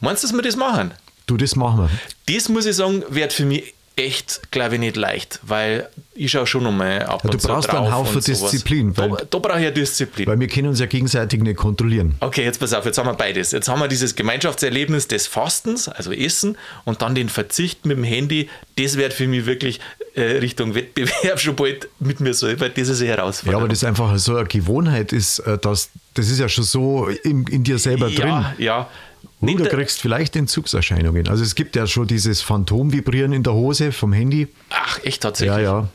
Speaker 1: meinst du, dass wir das machen?
Speaker 2: Du, das machen wir.
Speaker 1: Das muss ich sagen, wird für mich echt, glaube ich, nicht leicht, weil ich schaue schon nochmal ab
Speaker 2: du
Speaker 1: und zu
Speaker 2: brauchst
Speaker 1: drauf
Speaker 2: einen Haufen
Speaker 1: und sowas.
Speaker 2: Disziplin,
Speaker 1: Da,
Speaker 2: weil-
Speaker 1: da brauche ich ja Disziplin.
Speaker 2: Weil wir können uns ja gegenseitig nicht kontrollieren.
Speaker 1: Okay, jetzt pass auf, jetzt haben wir beides. Jetzt haben wir dieses Gemeinschaftserlebnis des Fastens, also Essen, und dann den Verzicht mit dem Handy. Das wird für mich wirklich äh, Richtung Wettbewerb schon bald mit mir selber. Das ist eine
Speaker 2: Ja,
Speaker 1: Herausforderung.
Speaker 2: aber das einfach so eine Gewohnheit ist, äh, dass das ist ja schon so in, in dir selber
Speaker 1: ja,
Speaker 2: drin.
Speaker 1: ja.
Speaker 2: Und du
Speaker 1: Nicht-
Speaker 2: kriegst vielleicht Entzugserscheinungen. Also es gibt ja schon dieses Phantomvibrieren in der Hose vom Handy.
Speaker 1: Ach, echt tatsächlich.
Speaker 2: Ja, ja.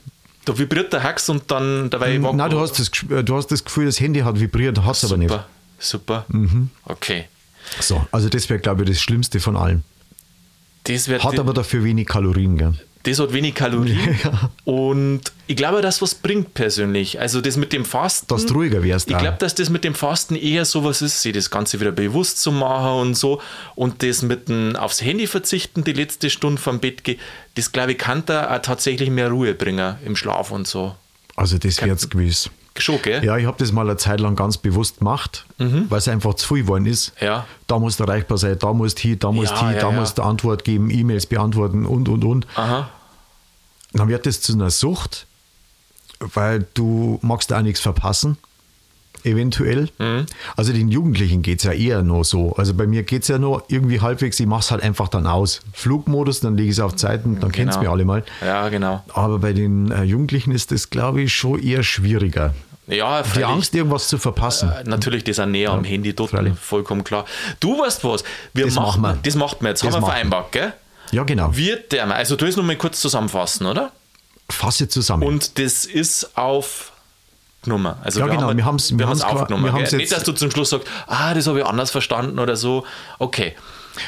Speaker 1: Da vibriert der Hax und dann dabei war-
Speaker 2: Nein, du hast, das, Gesch- äh, du hast das Gefühl, das Handy hat vibriert, hat es aber nicht. Mhm.
Speaker 1: Super, super. Okay.
Speaker 2: So, also das wäre, glaube ich, das Schlimmste von allem.
Speaker 1: Das, wird,
Speaker 2: Hat aber dafür wenig Kalorien, gell?
Speaker 1: das hat wenig Kalorien.
Speaker 2: Ja.
Speaker 1: Und ich glaube, das was bringt persönlich. Also das mit dem Fasten.
Speaker 2: Dass du ruhiger wärst.
Speaker 1: Hm. Ich
Speaker 2: auch.
Speaker 1: glaube, dass das mit dem Fasten eher sowas ist, sich das Ganze wieder bewusst zu machen und so. Und das mit dem aufs Handy verzichten, die letzte Stunde vom Bett gehen, das glaube ich, kann da auch tatsächlich mehr Ruhe bringen im Schlaf und so.
Speaker 2: also das wäre es gewiss.
Speaker 1: Schon, gell?
Speaker 2: Ja, ich habe das mal eine Zeit lang ganz bewusst gemacht, weil es einfach zu viel geworden ist.
Speaker 1: Mhm. Ja.
Speaker 2: Da musst du erreichbar sein, da musst du hin, da musst du
Speaker 1: Ja,
Speaker 2: hin,
Speaker 1: ja,
Speaker 2: da
Speaker 1: ja.
Speaker 2: musst du Antwort geben, E-Mails beantworten und, und, und.
Speaker 1: Aha.
Speaker 2: Dann wird das zu einer Sucht, weil du magst auch nichts verpassen, eventuell.
Speaker 1: Mhm.
Speaker 2: Also den Jugendlichen geht es ja eher nur so. Also bei mir geht es ja nur irgendwie halbwegs, ich mache es halt einfach dann aus. Flugmodus, dann lege ich es auf Zeiten, dann kennt's
Speaker 1: Genau.
Speaker 2: mir alle mal.
Speaker 1: Ja, genau.
Speaker 2: Aber bei den äh, Jugendlichen ist das, glaube ich, schon eher schwieriger.
Speaker 1: Ja,
Speaker 2: Die
Speaker 1: freilich. Äh,
Speaker 2: Angst, irgendwas zu verpassen.
Speaker 1: Natürlich, das auch näher am Handy dort,
Speaker 2: freilich.
Speaker 1: vollkommen klar. Du weißt was, wir
Speaker 2: Das
Speaker 1: machen,
Speaker 2: machen wir.
Speaker 1: das macht man jetzt,
Speaker 2: Das
Speaker 1: haben wir
Speaker 2: machen wir.
Speaker 1: vereinbart, gell?
Speaker 2: Ja, genau.
Speaker 1: Wir, der, also du willst noch mal kurz zusammenfassen, oder?
Speaker 2: Fasse zusammen.
Speaker 1: Und das ist auf Nummer. Also
Speaker 2: Ja,
Speaker 1: wir
Speaker 2: genau,
Speaker 1: haben
Speaker 2: wir haben's- wir
Speaker 1: wir haben's
Speaker 2: haben's qua-
Speaker 1: aufgenommen.
Speaker 2: wir
Speaker 1: gell?
Speaker 2: haben's
Speaker 1: Nicht,
Speaker 2: jetzt-
Speaker 1: dass du zum Schluss sagst, ah, das habe ich anders verstanden oder so. Okay.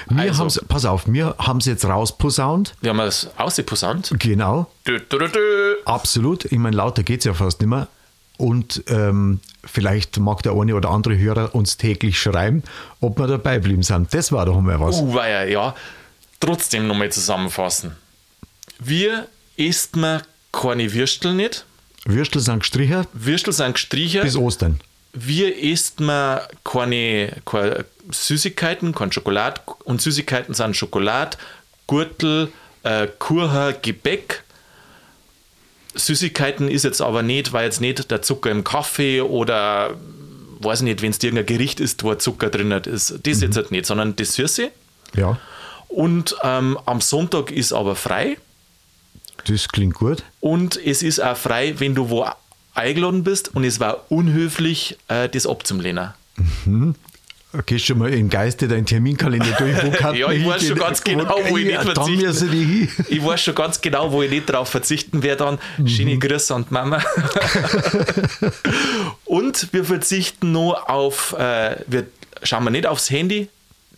Speaker 2: wir
Speaker 1: also-
Speaker 2: haben's, pass auf, wir haben es jetzt rausposaunt.
Speaker 1: Wir haben das ausgeposaunt.
Speaker 2: Genau,
Speaker 1: Dö, dö, dö, dö.
Speaker 2: absolut. Ich meine, lauter geht es ja fast nicht mehr. Und ähm, vielleicht mag der eine oder andere Hörer uns täglich schreiben, ob wir dabei geblieben sind. Das war doch mal was.
Speaker 1: Uh, weia, ja. Trotzdem nochmal zusammenfassen. Wir isst man keine Würstel nicht.
Speaker 2: Würstel sind gestrichen
Speaker 1: Würstel sind gestrichen.
Speaker 2: bis Ostern.
Speaker 1: Wir isst man keine, keine Süßigkeiten, kein Schokolade. Und Süßigkeiten sind Schokolade, Gürtel, äh, Kurha, Gebäck. Süßigkeiten ist jetzt aber nicht, weil jetzt nicht der Zucker im Kaffee oder weiß ich nicht, wenn es irgendein Gericht ist, wo Zucker drin hat, ist. Das jetzt halt nicht, sondern das Süße.
Speaker 2: Ja,
Speaker 1: Und ähm, am Sonntag ist aber frei.
Speaker 2: das klingt gut.
Speaker 1: Und es ist auch frei, wenn du wo eingeladen bist. Und es war unhöflich, äh, das abzulehnen.
Speaker 2: Gehst schon mal im Geiste deinen Terminkalender durch. Wo kann
Speaker 1: Ja, ich
Speaker 2: man
Speaker 1: weiß schon
Speaker 2: hingehen?
Speaker 1: ganz genau, wo ich
Speaker 2: ja,
Speaker 1: nicht
Speaker 2: da
Speaker 1: verzichten.
Speaker 2: müssen die hin.
Speaker 1: Ich weiß schon ganz genau, wo ich nicht drauf verzichten werde. Dann schöne
Speaker 2: Mhm.
Speaker 1: Grüße an die Mama. und wir verzichten nur auf, äh, wir schauen wir nicht aufs Handy,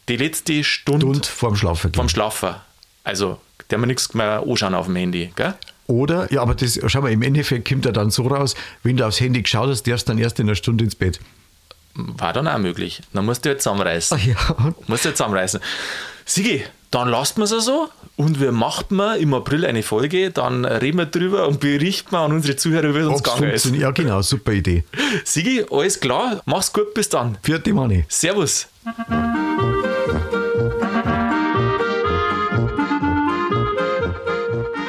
Speaker 1: die letzte Stunde
Speaker 2: Und vorm Schlafen gehen.
Speaker 1: vom Schlafen. Also, der wir nichts mehr anschauen auf dem Handy. Gell?
Speaker 2: Oder, ja, aber das, schau mal, im Endeffekt kommt er dann so raus, wenn du aufs Handy geschaut hast, darfst du dann erst in einer Stunde ins Bett.
Speaker 1: War dann auch möglich. Dann musst du jetzt zusammenreißen.
Speaker 2: Ah, ja.
Speaker 1: Musst du jetzt zusammenreißen. Sigi, dann lasst wir es so und wir machen mal im April eine Folge, dann reden wir drüber und berichten wir an unsere Zuhörer, wie es uns
Speaker 2: Ob's
Speaker 1: gegangen ist.
Speaker 2: funktioniert. Ja, genau, super Idee.
Speaker 1: Sigi, alles klar, mach's gut, bis dann.
Speaker 2: Vierte Money.
Speaker 1: Servus.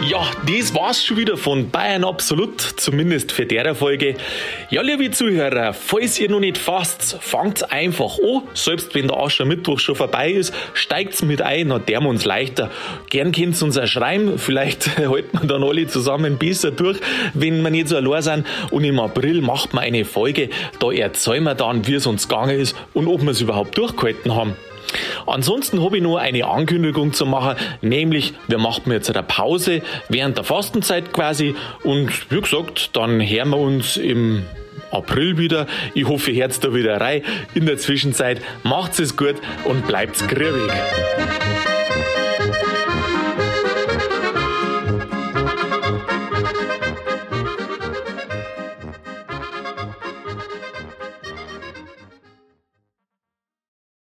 Speaker 1: Ja, das Das war's schon wieder von Bayern Absolut, zumindest für derer Folge. Ja, liebe Zuhörer, falls ihr noch nicht fasst, fangt einfach an. Selbst wenn der Aschermittwoch schon vorbei ist, steigt's mit ein, dann därmen uns leichter. Gern könnt ihr uns auch schreiben, vielleicht hält man dann alle zusammen besser durch, wenn wir nicht so allein sind. Und im April macht man eine Folge, da erzählen wir dann, wie es uns gegangen ist und ob wir es überhaupt durchgehalten haben. Ansonsten habe ich nur eine Ankündigung zu machen, nämlich wir machen jetzt eine Pause während der Fastenzeit quasi und wie gesagt, dann hören wir uns im April wieder. Ich hoffe, ihr hört da wieder rein. In der Zwischenzeit macht's es gut und bleibt's grübig.